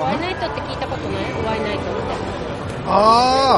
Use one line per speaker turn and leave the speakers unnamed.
ワイナイトって聞いたことないワイナイトみたいな。
あ